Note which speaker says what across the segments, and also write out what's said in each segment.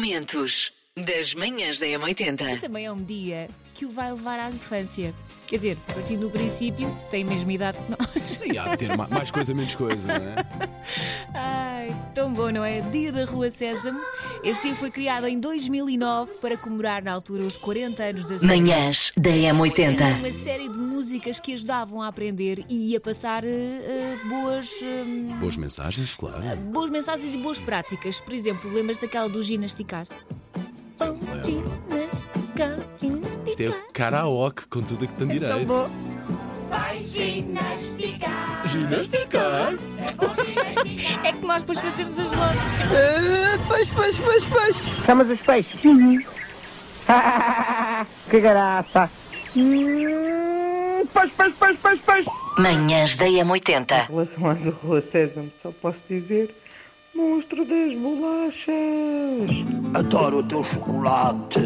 Speaker 1: Momentos das manhãs da
Speaker 2: E
Speaker 1: M80.
Speaker 2: também é um dia que o vai levar à infância. Quer dizer, partindo do princípio, tem a mesma idade que nós.
Speaker 3: Sim, há de ter ma- mais coisa, menos coisa, não é?
Speaker 2: Ai, tão bom, não é? Dia da Rua Sésamo. Este dia foi criado em 2009 para comemorar, na altura, os 40 anos da Sésamo.
Speaker 1: Manhãs da
Speaker 2: Tinha
Speaker 1: M80.
Speaker 2: uma série de músicas que ajudavam a aprender e a passar eh, eh, boas, eh,
Speaker 3: Boas mensagens, claro.
Speaker 2: boas mensagens e boas práticas. Por exemplo, lembras daquela do ginasticar?
Speaker 3: Se eu me lembro.
Speaker 2: Ginasticar,
Speaker 3: Isto
Speaker 2: ginasticar.
Speaker 3: é karaoke com tudo que tem direito.
Speaker 2: É Tão bom.
Speaker 3: Ginasticar!
Speaker 2: É que nós depois fazemos as vozes.
Speaker 4: Pois, pois, pois, pois.
Speaker 5: Chamas os peixes? Sim. que graça. Hum, pois, pois, pois, pois, pois.
Speaker 1: Manhãs da M80.
Speaker 6: Em relação às arroz sésamo, só posso dizer monstro das bolachas.
Speaker 7: Adoro o teu chocolate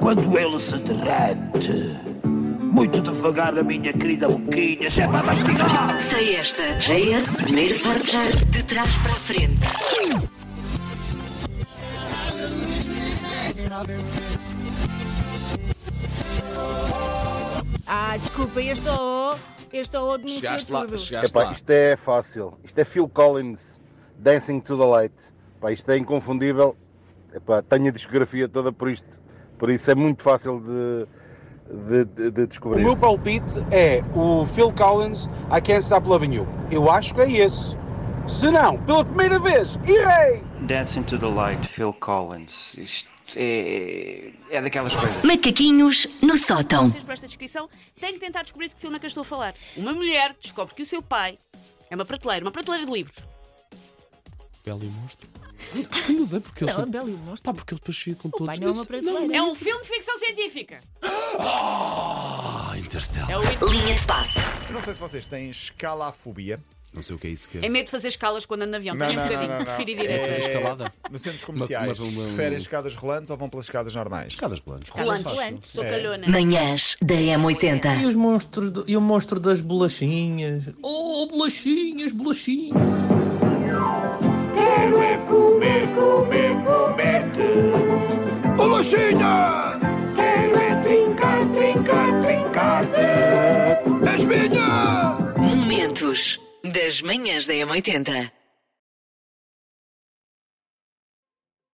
Speaker 7: quando ele se derrete. Muito devagar a minha querida boquinha, é sempre a mastigar.
Speaker 1: Sei esta. JS, primeiro portar de trás para a frente.
Speaker 2: Ah, desculpa, este O, este é O denunciou
Speaker 3: Chegaste
Speaker 2: tudo.
Speaker 3: lá, chegaste
Speaker 8: Epá,
Speaker 3: lá.
Speaker 8: isto é fácil. Isto é Phil Collins, Dancing to the Light. Epá, isto é inconfundível. Epá, tenho a discografia toda por isto. Por isso é muito fácil de, de- de- de
Speaker 9: O
Speaker 8: descobrir.
Speaker 9: meu palpite é o Phil Collins I Can't Stop Loving You. Eu acho que é esse. Se não, pela primeira vez, errei!
Speaker 10: Dancing to the Light, Phil Collins. Isto é, é daquelas coisas.
Speaker 1: Macaquinhos no sotão.
Speaker 11: vocês para esta descrição, têm que tentar descobrir de que filme é que eu estou a falar. Uma mulher descobre que o seu pai é uma prateleira, uma prateleira de livros.
Speaker 3: Belo e o monstro. Eu Não sei porque eles
Speaker 2: Não,
Speaker 3: são.
Speaker 2: é belo e o monstro.
Speaker 3: Pá, porque eles depois ficam todos.
Speaker 2: pai não é uma prateleira.
Speaker 11: É um filme de ficção científica.
Speaker 3: Ah, Interstellar.
Speaker 11: É, o...
Speaker 1: Linha de passe.
Speaker 12: Eu não sei se vocês têm escalafobia.
Speaker 3: Não sei o que é isso que é.
Speaker 11: é medo de fazer escalas quando ando de avião.
Speaker 12: Não,
Speaker 11: Tenho um
Speaker 12: não, não,
Speaker 11: bocadinho.
Speaker 12: não, não.
Speaker 11: Prefiro ir
Speaker 3: Fazer
Speaker 11: direto.
Speaker 3: escalada.
Speaker 12: Nos centros comerciais,
Speaker 3: Uma- um uma- uma-
Speaker 12: preferem escadas rolantes ou vão pelas escadas normais?
Speaker 3: Escadas rolantes.
Speaker 2: Rolantes.
Speaker 3: Fácil.
Speaker 2: Rolantes.
Speaker 11: Sou calhona.
Speaker 1: Manhãs da M80.
Speaker 6: os monstros e o monstro das bolachinhas. Oh, bolachinhas, bolachinhas.
Speaker 7: é Bolachinha! Quero é trincar, trincar, trincar-te. És minha!
Speaker 1: Momentos das manhãs da M80.